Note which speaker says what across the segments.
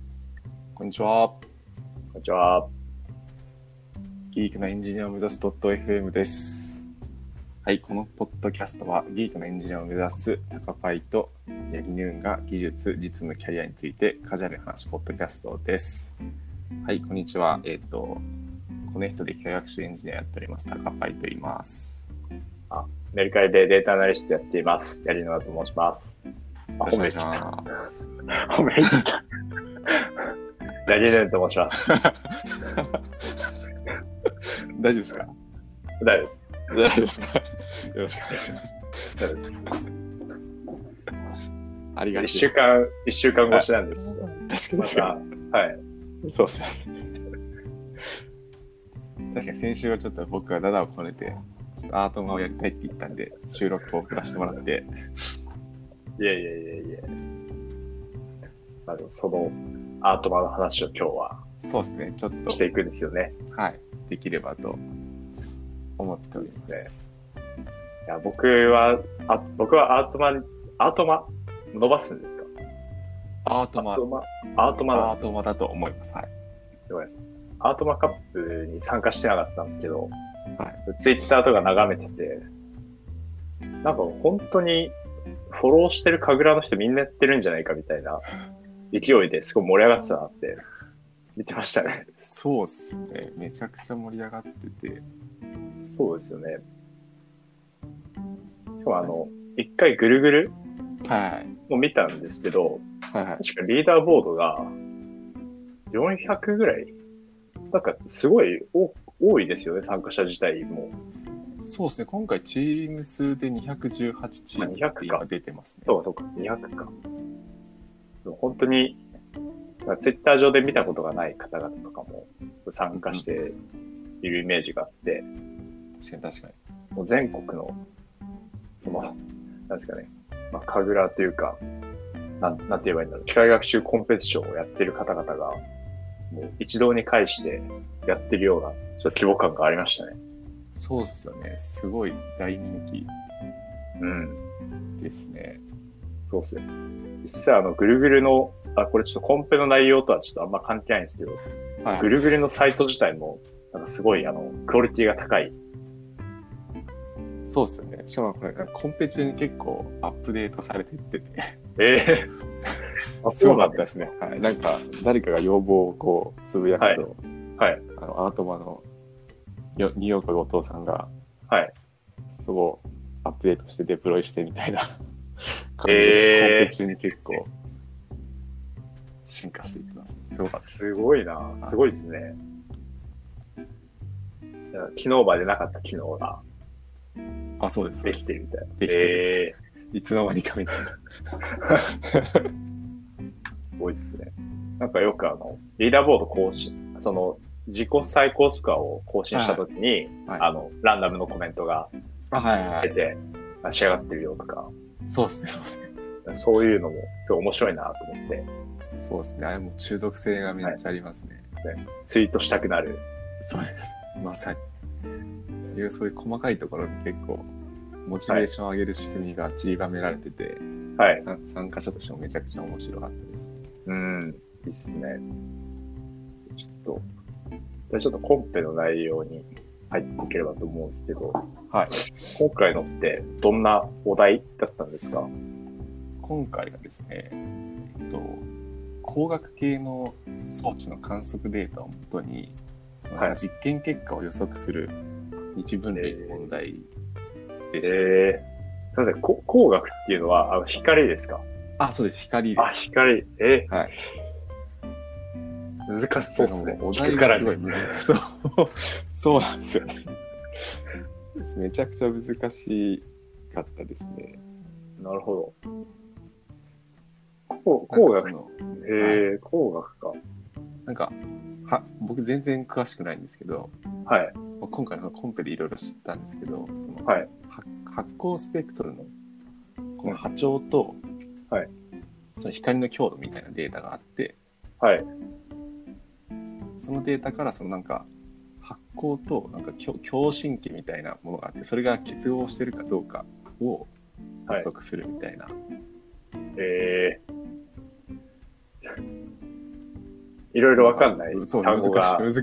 Speaker 1: んにちは。
Speaker 2: こんにちは。
Speaker 1: ギークなエンジニアを目指す .fm です。はい、このポッドキャストは、ギークなエンジニアを目指すタカパイとヤギニューンが技術、実務、キャリアについてカジュアルに話すポッドキャストです。はい、こんにちは。えっ、と、コネクトで機械学習エンジニアやっております、タカパイと言います。
Speaker 2: メルカリでデータアナリストやっています。ヤリノナと申します。あ、
Speaker 1: よろしくお
Speaker 2: 褒
Speaker 1: 願
Speaker 2: め
Speaker 1: い
Speaker 2: ち
Speaker 1: し
Speaker 2: ゃった。
Speaker 1: ます。
Speaker 2: 褒めちゃった。 ヤリノナと申します。
Speaker 1: 大丈夫ですか
Speaker 2: 大丈夫です。
Speaker 1: 大丈夫ですかよろしくお願いします。
Speaker 2: 大丈夫です。
Speaker 1: ありがと
Speaker 2: 一
Speaker 1: う
Speaker 2: 週間、一週間越しなんですけど、
Speaker 1: 確か
Speaker 2: ま
Speaker 1: に確か
Speaker 2: た、はい。
Speaker 1: に。そうっすね。確かに先週はちょっと僕がダダをこねて、ちょっとアートマをやりたいって言ったんで、収録を送らせてもらって、
Speaker 2: いやいやいやいや。まあでもそのアートマの話を今日は
Speaker 1: そうですね、ちょっ
Speaker 2: して
Speaker 1: と、
Speaker 2: いくんですよね。
Speaker 1: はい、できればと思っております。
Speaker 2: いいですいや僕は、あ僕はアートマ、アートマ伸ばすんですか
Speaker 1: アートマ
Speaker 2: アー、トマ、アートマなん
Speaker 1: ア
Speaker 2: で
Speaker 1: ー
Speaker 2: す
Speaker 1: トマだと思います。はい。
Speaker 2: ごめんなさいアートマカップに参加してなかったんですけど、
Speaker 1: は
Speaker 2: ツイッターとか眺めてて、なんか本当にフォローしてる神楽の人みんなやってるんじゃないかみたいな勢いですごい盛り上がってたなって見てましたね。
Speaker 1: そうっすね、めちゃくちゃ盛り上がってて、
Speaker 2: そうですよね。しかもあの、一回ぐるぐる
Speaker 1: はい。
Speaker 2: も見たんですけど、
Speaker 1: はいはい。
Speaker 2: 確かリーダーボードが400ぐらいなんかすごい多多いですよね、参加者自体も。
Speaker 1: そうですね、今回チーム数で218チームって今出てますね。
Speaker 2: そうか、そうか、200か。でも本当に、ツイッター上で見たことがない方々とかも参加しているイメージがあって、
Speaker 1: 確かに確かに。
Speaker 2: もう全国の、その、なんですかね、まあ、神楽というか、なん、なんて言えばいいんだろう、機械学習コンペティションをやってる方々が、もう一堂に会してやってるような、ちょっと規模感がありましたね。
Speaker 1: そうっすよね。すごい大人気
Speaker 2: うん。
Speaker 1: ですね。
Speaker 2: そうっすよ。実際あの、ぐるぐるの、あ、これちょっとコンペの内容とはちょっとあんま関係ないんですけど、
Speaker 1: はい
Speaker 2: ぐ。るぐるのサイト自体も、なんかすごい、あの、クオリティが高い。
Speaker 1: そうっすよね。しかもこれ、コンペ中に結構アップデートされてってて、
Speaker 2: ええ あ、
Speaker 1: す
Speaker 2: そ
Speaker 1: ご
Speaker 2: う
Speaker 1: かっ
Speaker 2: なん
Speaker 1: た
Speaker 2: だ。
Speaker 1: ですね。はい。なんか、誰かが要望をこう、つぶやくと、
Speaker 2: はいはい
Speaker 1: あの、アートマのよニューヨークの後藤さんが、
Speaker 2: はい。
Speaker 1: そこをアップデートしてデプロイしてみたいな感じ
Speaker 2: えー
Speaker 1: で、コンペ中に結構、進化していってました。すごかった。
Speaker 2: すごいな。すごいですね。いや昨日までなかった機能が
Speaker 1: あ、そうです。
Speaker 2: できて
Speaker 1: る。
Speaker 2: るみたいな。
Speaker 1: できてる。
Speaker 2: え
Speaker 1: いつの間にかみたいな。
Speaker 2: えすごいですね。なんかよくあの、リーダーボード更新、その、自己最高スコアを更新したときに、
Speaker 1: はい
Speaker 2: あの、ランダムのコメントが
Speaker 1: あ、はいは
Speaker 2: 出。て、あ仕上がってるよとか、
Speaker 1: そうですね、そうですね。
Speaker 2: そういうのも、すごい面白いなと思って、
Speaker 1: そうですね。あれも中毒性がめっちゃありますね。
Speaker 2: ツイートしたくなる。
Speaker 1: そうです。まさに。いやそういう細かいところに結構、モチベーションを上げる仕組みが散りばめられてて、
Speaker 2: はい。
Speaker 1: さ参加者としてもめちゃくちゃ面白かったです。
Speaker 2: うん、いいっすね。ちょっと、じゃあちょっとコンペの内容に入っていければと思うんですけど、
Speaker 1: はい。
Speaker 2: 今回のってどんなお題だったんですか
Speaker 1: 今回がですね、えっと、光学系の装置の観測データをもとに、
Speaker 2: はい
Speaker 1: 実験結果を予測する日分類の問題でした。
Speaker 2: えー、すいません、こ光学っていうのは、あの、光ですか
Speaker 1: あ、そうです。光で
Speaker 2: あ、
Speaker 1: す。
Speaker 2: 光、えー、
Speaker 1: はい。
Speaker 2: 難しそうですね。
Speaker 1: お
Speaker 2: 聞
Speaker 1: 題
Speaker 2: くか
Speaker 1: が
Speaker 2: ら
Speaker 1: すごい
Speaker 2: ね。
Speaker 1: 難しい。 そう、そうなんですよね。めちゃくちゃ難しかったですね。
Speaker 2: なるほど。こう光
Speaker 1: なんかそ
Speaker 2: 学、
Speaker 1: の
Speaker 2: えー、光学か。
Speaker 1: なんか、は、僕全然詳しくないんですけど、
Speaker 2: はい。
Speaker 1: まあ今回のコンペでいろいろ知ったんですけど、その、
Speaker 2: はい
Speaker 1: 発光スペクトルの、この波長と、
Speaker 2: はい
Speaker 1: その光の強度みたいなデータがあって、
Speaker 2: はい。
Speaker 1: そのデータからそのなんか発光となんか共共振器みたいなものがあってそれが結合してるかどうかを
Speaker 2: はい
Speaker 1: 予測するみたいな、
Speaker 2: えー、いろいろわかんない
Speaker 1: そう、難
Speaker 2: 単
Speaker 1: しい
Speaker 2: 語が、、
Speaker 1: 難しい。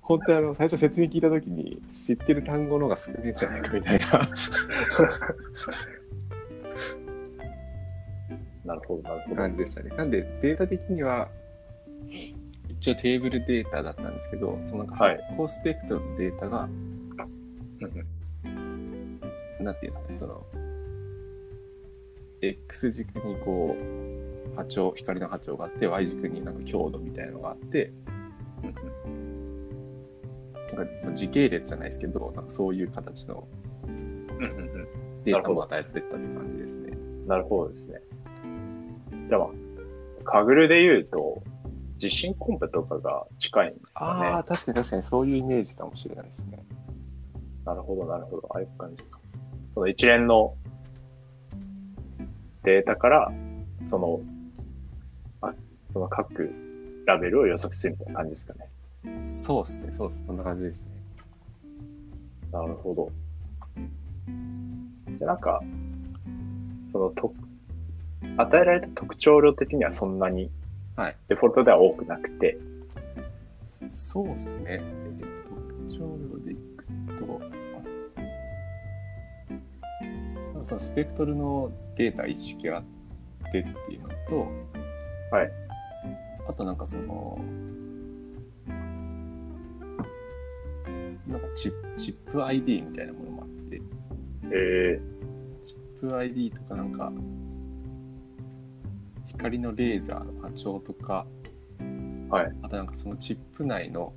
Speaker 1: 本当にあの、最初説明聞いたときに、知ってる単語の方が少ないんじゃないかみたいな。
Speaker 2: なるほど、なるほど。
Speaker 1: 感じでしたね。なんでデータ的には一応テーブルデータだったんですけど、そのなんか
Speaker 2: はい
Speaker 1: 高スペクトルのデータが、なんていうんですかね、その、X 軸にこう、波長、光の波長があって、Y 軸になんか強度みたいなのがあって、なんか時系列じゃないですけど、なんかそういう形の
Speaker 2: うんうんうん
Speaker 1: データを与えてったって感じですね。
Speaker 2: なるほどですね。じゃあまあ、カグルで言うと、地震コンペとかが近いんですか
Speaker 1: ああ、
Speaker 2: ね。
Speaker 1: 確かに確かにそういうイメージかもしれないですね。
Speaker 2: なるほど、なるほど。ああいう感じか。その一連のデータから、その、あ、その各ラベルを予測するみたいな感じですかね。
Speaker 1: そうですね、そうです。そんな感じですね。
Speaker 2: なるほど。で、なんか、その、と、与えられた特徴量的にはそんなに、
Speaker 1: はい
Speaker 2: デフォルトでは多くなくて、
Speaker 1: そうですね。えっと、特徴量でいくと、なんかそのスペクトルのデータ一式あってっていうのと、
Speaker 2: はい。
Speaker 1: あとなんかその、なんかチップチップ ID みたいなものもあって、
Speaker 2: え
Speaker 1: チップ ID とかなんか、光のレーザーの波長とか、
Speaker 2: はい。
Speaker 1: あとなんかそのチップ内の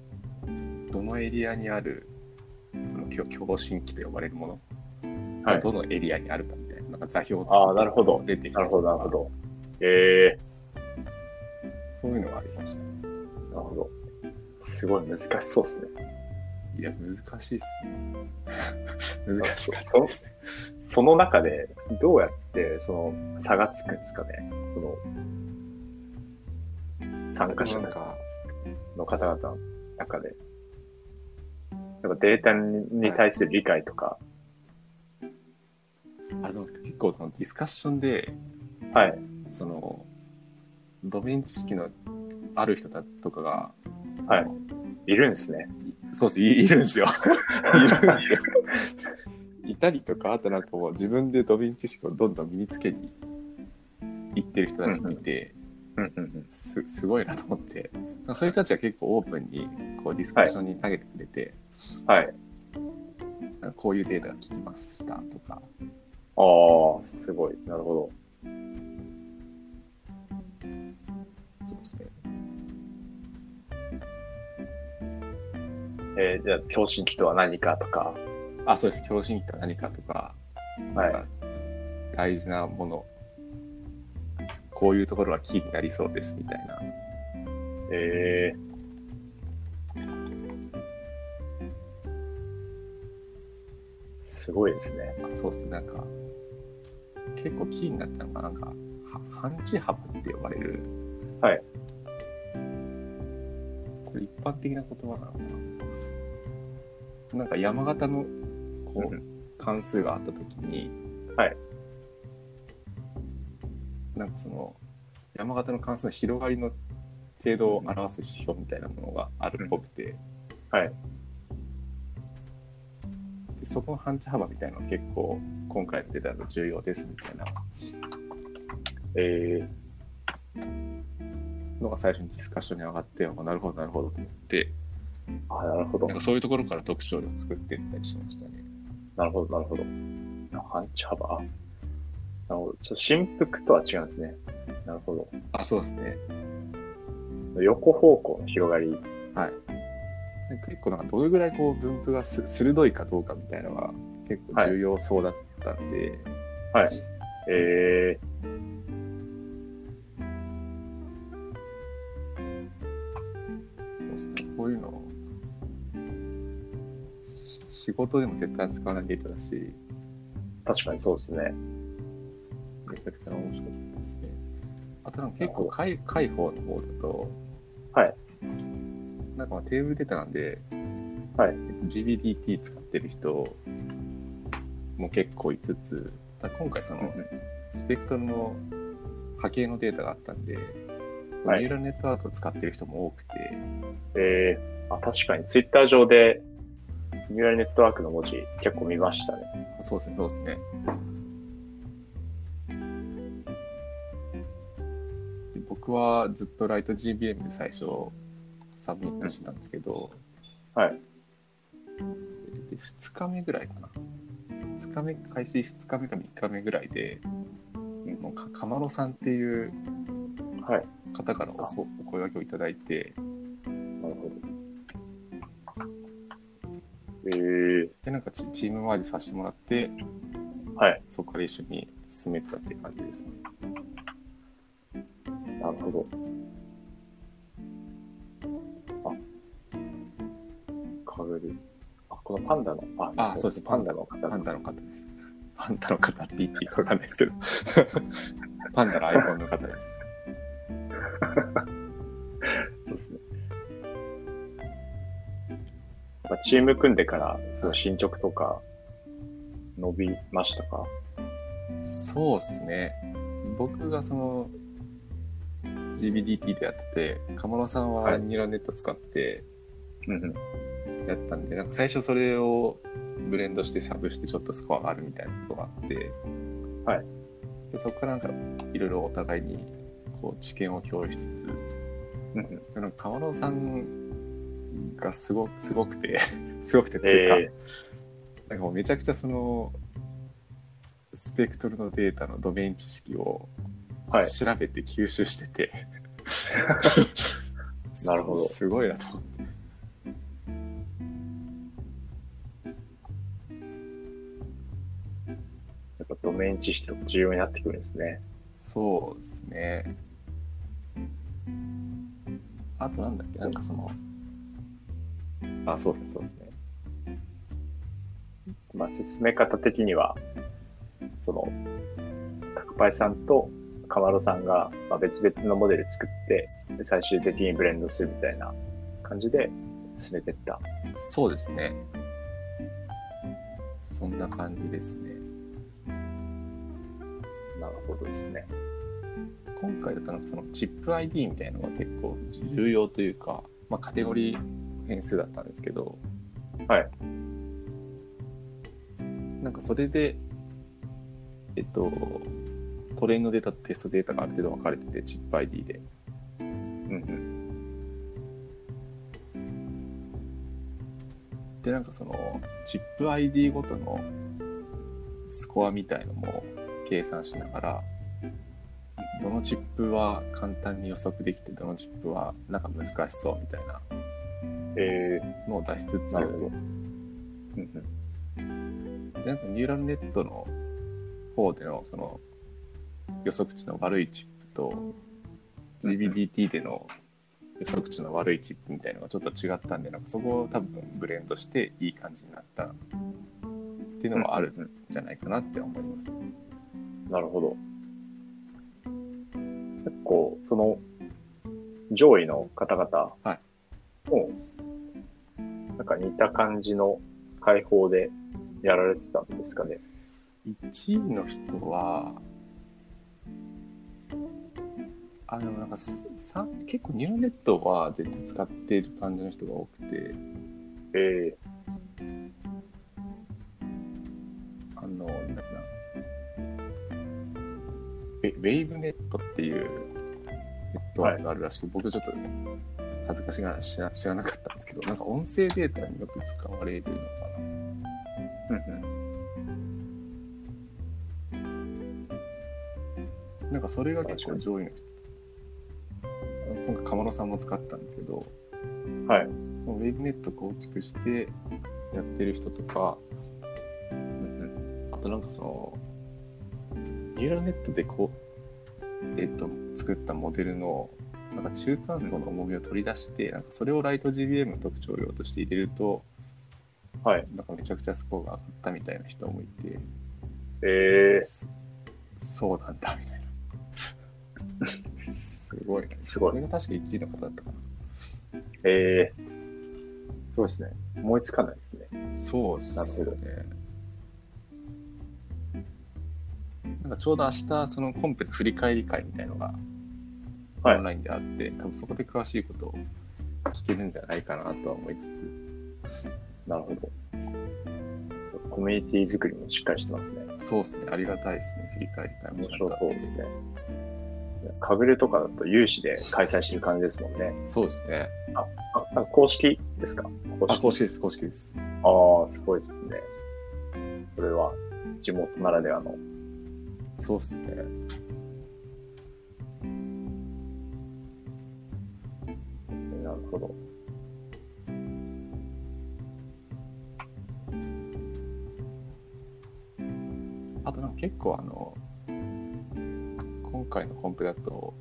Speaker 1: どのエリアにある、その共共振器と呼ばれるもの
Speaker 2: は
Speaker 1: が
Speaker 2: い
Speaker 1: どのエリアにあるかみたいな、なんか座標を
Speaker 2: あーなるほど
Speaker 1: 出てき
Speaker 2: ー、
Speaker 1: た
Speaker 2: な
Speaker 1: り
Speaker 2: るほ
Speaker 1: と
Speaker 2: ど、なるほ
Speaker 1: か、
Speaker 2: ど。え
Speaker 1: そういうのがありました。
Speaker 2: ー、なるほど。すごい難しそうですね。
Speaker 1: いや、難しいっ すね。難しかった
Speaker 2: そう
Speaker 1: ですね。
Speaker 2: その中で、どうやって、その、差がつくんですかね。その、参加者
Speaker 1: な
Speaker 2: の
Speaker 1: んか、
Speaker 2: の方々の中で、やっぱデータに対する理解とか、
Speaker 1: あの、結構そのディスカッションで、
Speaker 2: はい、
Speaker 1: そのドメイン知識のある人だとかが、
Speaker 2: はいいるんですね。
Speaker 1: そうですいいるん ですよいるんですよいたりとかあとなんかもう自分でドメイン知識をどんどん身につけにいってる人たちがいて、
Speaker 2: うんうんうん。
Speaker 1: すすごいなと思ってなんかそういう人たちは結構オープンにこうディスカッションに投げてくれて、
Speaker 2: はい。
Speaker 1: なんかこういうデータが聞きましたとか
Speaker 2: ああ、すごい。なるほ
Speaker 1: そうですね
Speaker 2: ど。えー、じゃあ、共振器とは何かとか、
Speaker 1: あそうです共振器とは何かとか
Speaker 2: はい。
Speaker 1: 大事なものこういうところはキーになりそうですみたいな
Speaker 2: ええすごいですね。
Speaker 1: あそうっすなんか結構キーになったのがなんかは半地幅って呼ばれる
Speaker 2: はい
Speaker 1: これ一般的な言葉なのかななんか山形のこ
Speaker 2: う
Speaker 1: う関数があった時に
Speaker 2: はい
Speaker 1: なんかその山形の関数の広がりの程度を表す指標みたいなものがあるっぽくて、
Speaker 2: うんはい
Speaker 1: でそこの半地幅みたいなの結構今回のデータだと重要ですみたいな
Speaker 2: ええ
Speaker 1: のが最初にディスカッションに上がってあなるほどなるほどと思って
Speaker 2: あ、なるほど
Speaker 1: なん。かそういうところから特徴量を作っていったりしましたね
Speaker 2: なるほど、なるほど。半地幅。あなるほど。ちょ振幅とは違うんですね。なるほど。
Speaker 1: あそうですね
Speaker 2: 横方向の広がり。
Speaker 1: で結構なんかどれぐらいこう分布がす鋭いかどうかみたいなのが結構重要そうだったんで、
Speaker 2: ええ
Speaker 1: そうですねこういうのをし仕事でも絶対使わなきゃいけないし
Speaker 2: 確かにそうですね。
Speaker 1: めちゃくちゃ面白かったですね。あとなんか結構解解放の方だと、
Speaker 2: はい。
Speaker 1: なんかまあテーブルデータなんで、
Speaker 2: は
Speaker 1: え
Speaker 2: い
Speaker 1: っと GBDT 使ってる人も結構いつつ、だから今回そのスペクトルの波形のデータがあったんで、
Speaker 2: はい
Speaker 1: ニューラルネットワークを使ってる人も多くて、
Speaker 2: えー、あ、確かにツイッター上で、ニューラルネットワークの文字結構見ましたね。
Speaker 1: そうですね、そうですね。で僕はずっとライト GBM で最初サブミットしてたんですけど、
Speaker 2: はい
Speaker 1: で。2日目ぐらいかな。2日目、開始2日目か3日目ぐらいで、もうかかまろさんっていう
Speaker 2: はい。
Speaker 1: 方からおそお声掛けをいただいて、
Speaker 2: なるほど。えー、
Speaker 1: で、なんかチチーム周りさせてもらって、
Speaker 2: はい。
Speaker 1: そこから一緒に進めてたっていう感じですね。
Speaker 2: なるほど。あ、かぶる。あ、このパンダの、
Speaker 1: あそうです
Speaker 2: パンダの方
Speaker 1: パンダの方です。パンダの方って言っていいかわかんないですけど。パンダのアイコンの方です。
Speaker 2: そうですね。やっぱチーム組んでから、その進捗とか、伸びましたか
Speaker 1: そうですね。僕がその GBDT でやってて、鴨野さん
Speaker 2: は
Speaker 1: はいニューラルネット使って
Speaker 2: うんうん。
Speaker 1: やってたんで、なんか最初それをブレンドしてサブしてちょっとスコアがあるみたいなことがあって、
Speaker 2: はい。
Speaker 1: でそこからなんかいろいろお互いにこう知見を共有しつつ、
Speaker 2: うんうん
Speaker 1: でなんか鴨野さんがすごすごくて、 すごくてというか、
Speaker 2: え
Speaker 1: なんかもうめちゃくちゃそのスペクトルのデータのドメイン知識を
Speaker 2: はい
Speaker 1: 調べて吸収してて、
Speaker 2: なるほど
Speaker 1: すす ごいなと思って
Speaker 2: ー、やっぱドメイン知識とか重要になってくるんですね。
Speaker 1: そうですねあとなんだっけなんかそのあそうですねそうですね
Speaker 2: まあ、進め方的には、その、角パイさんとカマロさんが、まあ、別々のモデル作って、で最終的にブレンドするみたいな感じで進めていった。
Speaker 1: そうですねそんな感じですね
Speaker 2: なるほどですね。
Speaker 1: 今回だとなんかそのチップ ID みたいなのが結構重要というか、まあ、カテゴリー変数だったんですけど、
Speaker 2: はい。
Speaker 1: なんかそれで、えっと、トレインのデータとテストデータがある程度分かれてて、チップ ID で。
Speaker 2: うんうん。
Speaker 1: で、なんかその、チップ ID ごとのスコアみたいのも計算しながら、どのチップは簡単に予測できて、どのチップはなんか難しそうみたいな
Speaker 2: え
Speaker 1: のを出しつ
Speaker 2: ー、
Speaker 1: つ、
Speaker 2: なるほど。うんうん。
Speaker 1: でなんかニューラルネットの方でのその予測値の悪いチップと GBDT での予測値の悪いチップみたいなのがちょっと違ったんでなんかそこを多分ブレンドしていい感じになったっていうのもあるん
Speaker 2: うんうん
Speaker 1: じゃないかなって思います。
Speaker 2: なるほど。結構、その、上位の方々
Speaker 1: はい
Speaker 2: も、なんか似た感じの解放でやられてたんですかね。
Speaker 1: 1位の人はあでもなんかすさ結構ニューラルネットは絶対使っている感じの人が多くて。
Speaker 2: え
Speaker 1: あの、なんだっけな。ウェウェイブネットっていうネットワークがあるらしく、僕ちょっと恥ずかしがら知ら知らなかったんですけど、なんか音声データによく使われるのかな。
Speaker 2: えうん
Speaker 1: なんかそれが結
Speaker 2: 確か
Speaker 1: 構
Speaker 2: に
Speaker 1: 上位の人。あの今回、鎌野さんも使ったんですけど、
Speaker 2: うん。はい。
Speaker 1: もうウェイブネット構築してやってる人とか、
Speaker 2: うん
Speaker 1: あとなんかその、ニューラルネットでこう、えっと、作ったモデルの、なんか中間層の重みを取り出して、なんかそれをライト GBM の特徴量として入れると、
Speaker 2: うんはい。
Speaker 1: なんかめちゃくちゃスコアが上がったみたいな人もいて、
Speaker 2: ええ
Speaker 1: そそうなんだ、みたい な。すごいな。
Speaker 2: すごい
Speaker 1: それが確か1位の方だったか
Speaker 2: ええそうですね。思いつかないですね。
Speaker 1: な。そうっすよね。なんかちょうど明日、そのコンペの振り返り会みたいのが
Speaker 2: はい
Speaker 1: オンラインであって、多分そこで詳しいことを聞けるんじゃないかなとは思いつ
Speaker 2: なるほど。そうコミュニティ作りもしっかりしてますね。
Speaker 1: つ、そうですね、ありがたいですね、振り返り会も
Speaker 2: 面
Speaker 1: なん
Speaker 2: 白
Speaker 1: か
Speaker 2: そうですね。かぐれとかだと有志で開催してる感じですもんね。
Speaker 1: そうですね。
Speaker 2: あ、なんか公式ですか公
Speaker 1: あ、
Speaker 2: 式。
Speaker 1: 公式です、公式です。
Speaker 2: ああ、すごいですね。これは地元ならではの。
Speaker 1: そうですね。
Speaker 2: なるほど。
Speaker 1: あとなんか結構あの、今回のコンペだと、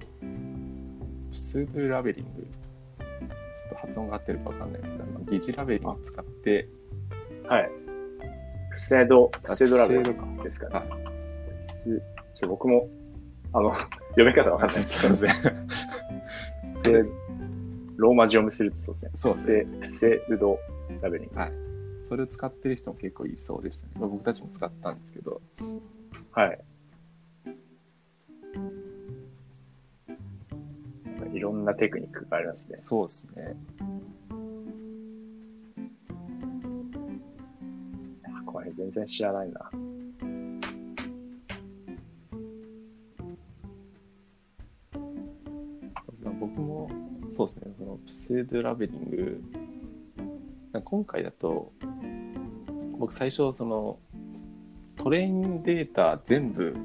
Speaker 1: プスーブラベリング、ちょっと発音が合ってるかわかんないですけど、あの疑似ラベリングを使って、
Speaker 2: はい。プセド、プセドラベ
Speaker 1: プセ
Speaker 2: ル
Speaker 1: ドか
Speaker 2: ですか
Speaker 1: は
Speaker 2: ね
Speaker 1: い。
Speaker 2: プスちょ僕も、あの、 読み方わかんないですけど、
Speaker 1: せん。
Speaker 2: プセローマ字読みするとそうですね。
Speaker 1: そうですね
Speaker 2: プセ、プセドラベリング。
Speaker 1: それを使ってる人も結構いそうでしたね。まあ僕たちも使ったんですけど、
Speaker 2: はい。いろんなテクニックがありますね。
Speaker 1: そうですね。
Speaker 2: これ全然知らないな。
Speaker 1: 僕も、そうですね、そのプセードラベリング、なんか今回だと、僕最初、その、トレインデータ全部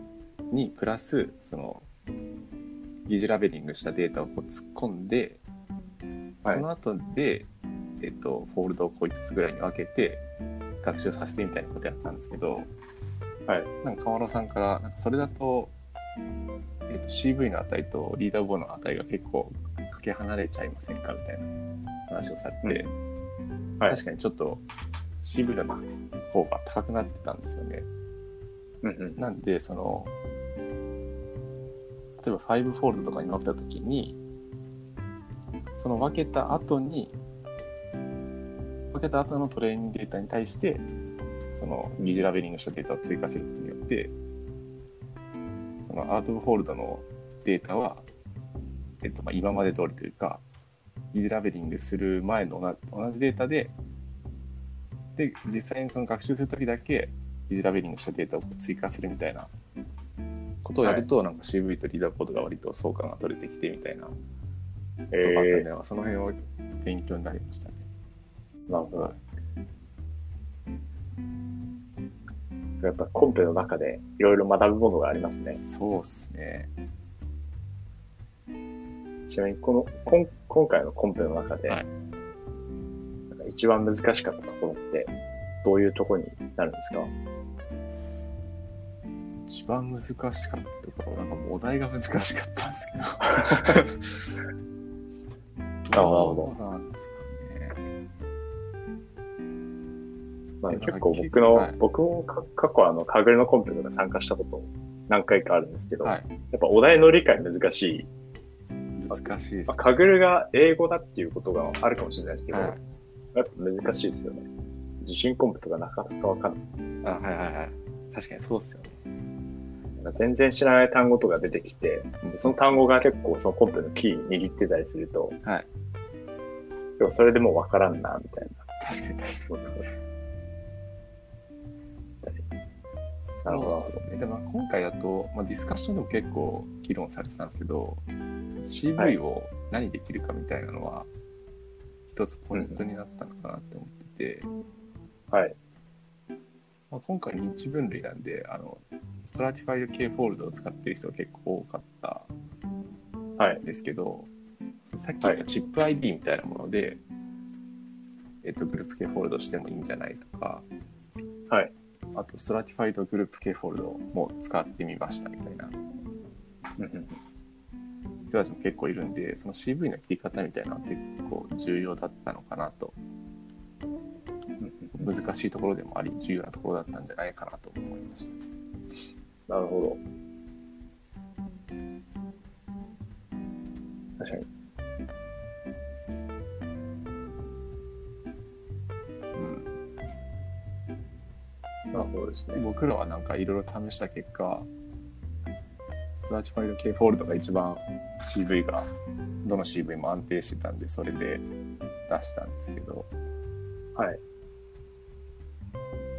Speaker 1: にプラス、その、疑似ラベリングしたデータをこう突っ込んで、
Speaker 2: はい
Speaker 1: その後で、えっと、フォールドをこう5つぐらいに分けて、学習させてみたいなことやったんですけど、
Speaker 2: はい。
Speaker 1: なんか河野さんから、なんかそれだと、えっと CV の値とリーダーボードの値が結構かけ離れちゃいませんかみたいな話をされて、
Speaker 2: はい
Speaker 1: 確かにちょっと CV の方が高くなってたんですよね。
Speaker 2: うんうん。
Speaker 1: なんで、その、例えば5フォールドとかに分けたときに、その分けた後に、分けた後のトレーニングデータに対して、その疑似ラベリングしたデータを追加することによって、そのアウトフォールドのデータは、えっと、まあ今まで通りというか、疑似ラベリングする前の同じ同じデータで、で、実際にその学習するときだけ、リラベリングしたデータを追加するみたいなことをやると、なんか CV とリーダーボードが割と相関が取れてきてみたいなこと
Speaker 2: え
Speaker 1: があったんで、
Speaker 2: ー、
Speaker 1: なんかその辺は勉強になりましたね。
Speaker 2: なるほど。それやっぱコンペの中でいろいろ学ぶものがありますね。
Speaker 1: そうっすね。
Speaker 2: ちなみにこの、こん今回のコンペの中で、
Speaker 1: はい
Speaker 2: なんか一番難しかったところって、どういうところになるんですか
Speaker 1: 一番難しかったところ、なんかもうお題が難しかったんです けど。
Speaker 2: なるほど
Speaker 1: どうなんですかね。
Speaker 2: まあ、
Speaker 1: でも
Speaker 2: 結構
Speaker 1: 結構
Speaker 2: 僕の、
Speaker 1: はい
Speaker 2: 僕もか過去あの、かぐれのコンペとか参加したこと何回かあるんですけど、
Speaker 1: はい。
Speaker 2: やっぱお題の理解難しい。
Speaker 1: 難しいです
Speaker 2: まあ、。かぐるが英語だっていうことがあるかもしれないですけど、
Speaker 1: はい
Speaker 2: やっぱ難しいですよね。地震コンペとかなかなかわかんない。
Speaker 1: あ、はいはいはい。確かにそうっすよね。
Speaker 2: 全然知らない単語とか出てきて、
Speaker 1: うん
Speaker 2: その単語が結構そのコンペのキー握ってたりすると、
Speaker 1: はい。
Speaker 2: でもそれでもうわからんな、みたいな。
Speaker 1: 確かに確かに。
Speaker 2: なるほど。
Speaker 1: そうですね。でも今回だと、まあ、ディスカッションでも結構議論されてたんですけど、
Speaker 2: はい
Speaker 1: CV を何できるかみたいなのは、一つポイントになったのかなって思ってて、
Speaker 2: はい。
Speaker 1: まあ、今回日分類なんで、あの、ストラティファイル系フォールドを使ってる人が結構多かった
Speaker 2: はい
Speaker 1: んですけど、さっき言ったチップ ID みたいなもので、えっと、グループ系フォールドしてもいいんじゃないとか、
Speaker 2: はい。
Speaker 1: あと、ストラティファイドグループ系フォールドも使ってみましたみたいな
Speaker 2: うんうん
Speaker 1: 人たちも結構いるんで、その CV の切り方みたいなのは結構重要だったのかなと、難しいところでもあり、重要なところだったんじゃないかなと思いました。
Speaker 2: なるほど。確かに。
Speaker 1: うん、
Speaker 2: まあそうですね。
Speaker 1: 僕らはなんかいろいろ試した結果、ツアーチファイド K フォールドが一番 CV が、どの CV も安定してたんで、それで出したんですけど、
Speaker 2: はい。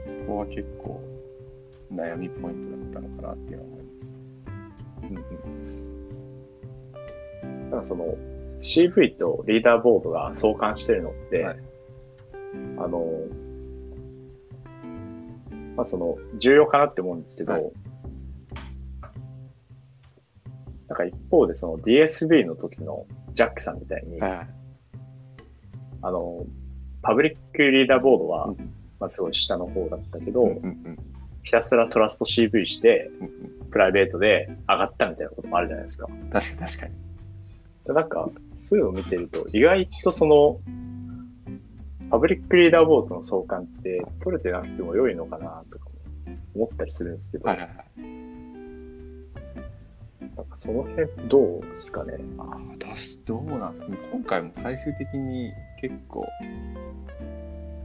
Speaker 1: そこは結構悩みポイントだったのかなっていうのは思います。
Speaker 2: だからその CV とリーダーボードが相関してるのって、
Speaker 1: はい
Speaker 2: あの、まあその重要かなって思うんですけど、
Speaker 1: はい
Speaker 2: なんか一方でその DSB の時のジャックさんみたいに、
Speaker 1: はい。
Speaker 2: あの、パブリックリーダーボードは、
Speaker 1: うん
Speaker 2: まあすごい下の方だったけど、
Speaker 1: うんうんうん
Speaker 2: ひたすらトラスト CV して、
Speaker 1: うん
Speaker 2: プライベートで上がったみたいなこともあるじゃないですか。
Speaker 1: うん。確かに確かに。
Speaker 2: なんか、そういうのを見てると、意外とその、パブリックリーダーボードの相関って取れてなくても良いのかなとかも思ったりするんですけど、
Speaker 1: はいはいはい。
Speaker 2: なんかその辺どうですかね。
Speaker 1: ああ、私どうなんですか今回も最終的に結構、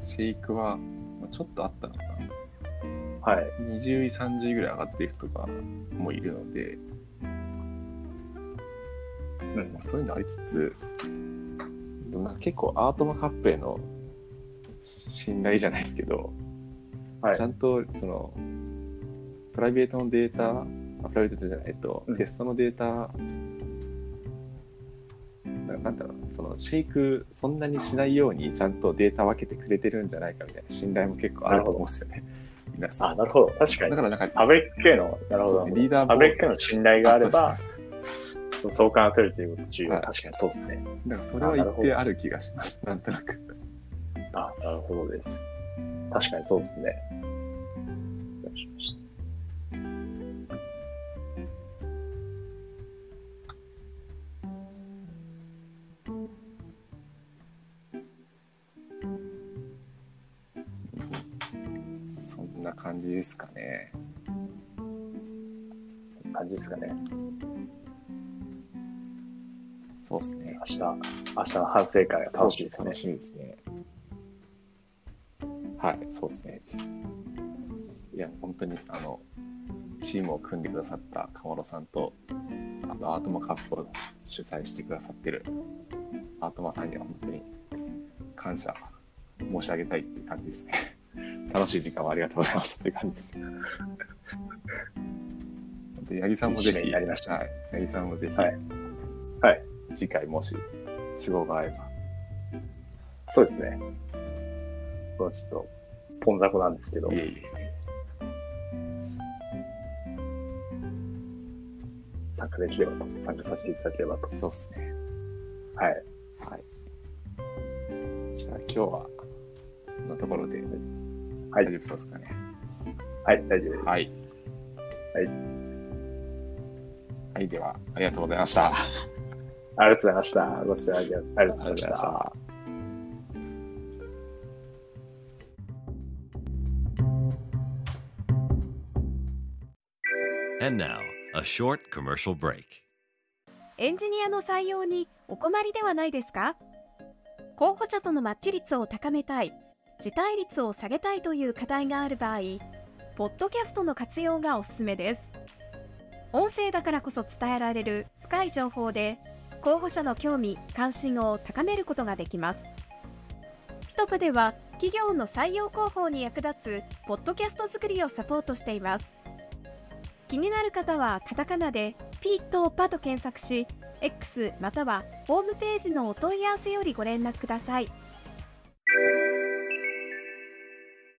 Speaker 1: シェイクは、まあちょっとあったのかな。
Speaker 2: はい。
Speaker 1: 20位、30位ぐらい上がってる人とかもいるので、
Speaker 2: うん
Speaker 1: まあ、。そういうのありつつ、でもなんか結構アートマカップへの信頼じゃないですけど、
Speaker 2: はい
Speaker 1: ちゃんとそのプライベートのデータ、あプライベートじゃない、えっと、
Speaker 2: うん
Speaker 1: テストのデータ、ななんだろうな、そのシェイクそんなにしないようにちゃんとデータ分けてくれてるんじゃないかみたいな信頼も結構あると思うんですよね。皆さん
Speaker 2: あ、なるほど。確か
Speaker 1: だ
Speaker 2: に。
Speaker 1: からなんか、
Speaker 2: パブリックへの、なるほ
Speaker 1: そう
Speaker 2: ど。
Speaker 1: ですねリーダーボード
Speaker 2: パブリックへの信頼があれば
Speaker 1: あ、そうです
Speaker 2: その相関が取れるということ中、
Speaker 1: はい
Speaker 2: 確かにそうですね。
Speaker 1: だからそれは一定ある気がしました、なんとなく。
Speaker 2: あ、なるほどです。確かにそうですね。よしよし
Speaker 1: そんな感じですかね。
Speaker 2: 感じですかね。
Speaker 1: そうですね。
Speaker 2: 明日、明日の反省会が楽しみですね
Speaker 1: 楽。しみですね。はい、そうですね。いや、本当に、あの、チームを組んでくださった鴨野さんと、あと、アートマカップを主催してくださってるアートマさんには本当に感謝申し上げたいっていう感じですね。 楽しい時間をありがとうございましたっていう感じです。 で、八木さんもぜ
Speaker 2: いい締め
Speaker 1: ひ、
Speaker 2: になりました
Speaker 1: はい、八木さんもぜひ、
Speaker 2: はいはい
Speaker 1: 次回もし都合が合えば。
Speaker 2: そうですね。これはちょっと、ポンザコなんですけど
Speaker 1: い、えいえ。
Speaker 2: 参加できればと、参加させていただければと。
Speaker 1: そうですね。
Speaker 2: はい。
Speaker 1: はい。じゃあ今日はそんなところで
Speaker 2: は
Speaker 1: 大
Speaker 2: い
Speaker 1: 丈夫そうですかね。
Speaker 2: はい、大丈夫です。
Speaker 1: はい。
Speaker 2: はい。
Speaker 1: はい、ではありがとうございました。あ
Speaker 2: ありがとうございました。ご視聴ありがとうございました。。
Speaker 3: And now, a short commercial break.
Speaker 4: エンジニアの採用にお困りではないですか候補者とのマッチ率を高めたい、辞退率を下げたいという課題がある場合、ポッドキャストの活用がおすすめです。音声だからこそ伝えられる深い情報で、候補者の興味・関心を高めることができます。ピトプでは企業の採用広報に役立つポッドキャスト作りをサポートしています。気になる方はカタカナでピーとパと検索し X またはホームページのお問い合わせよりご連絡ください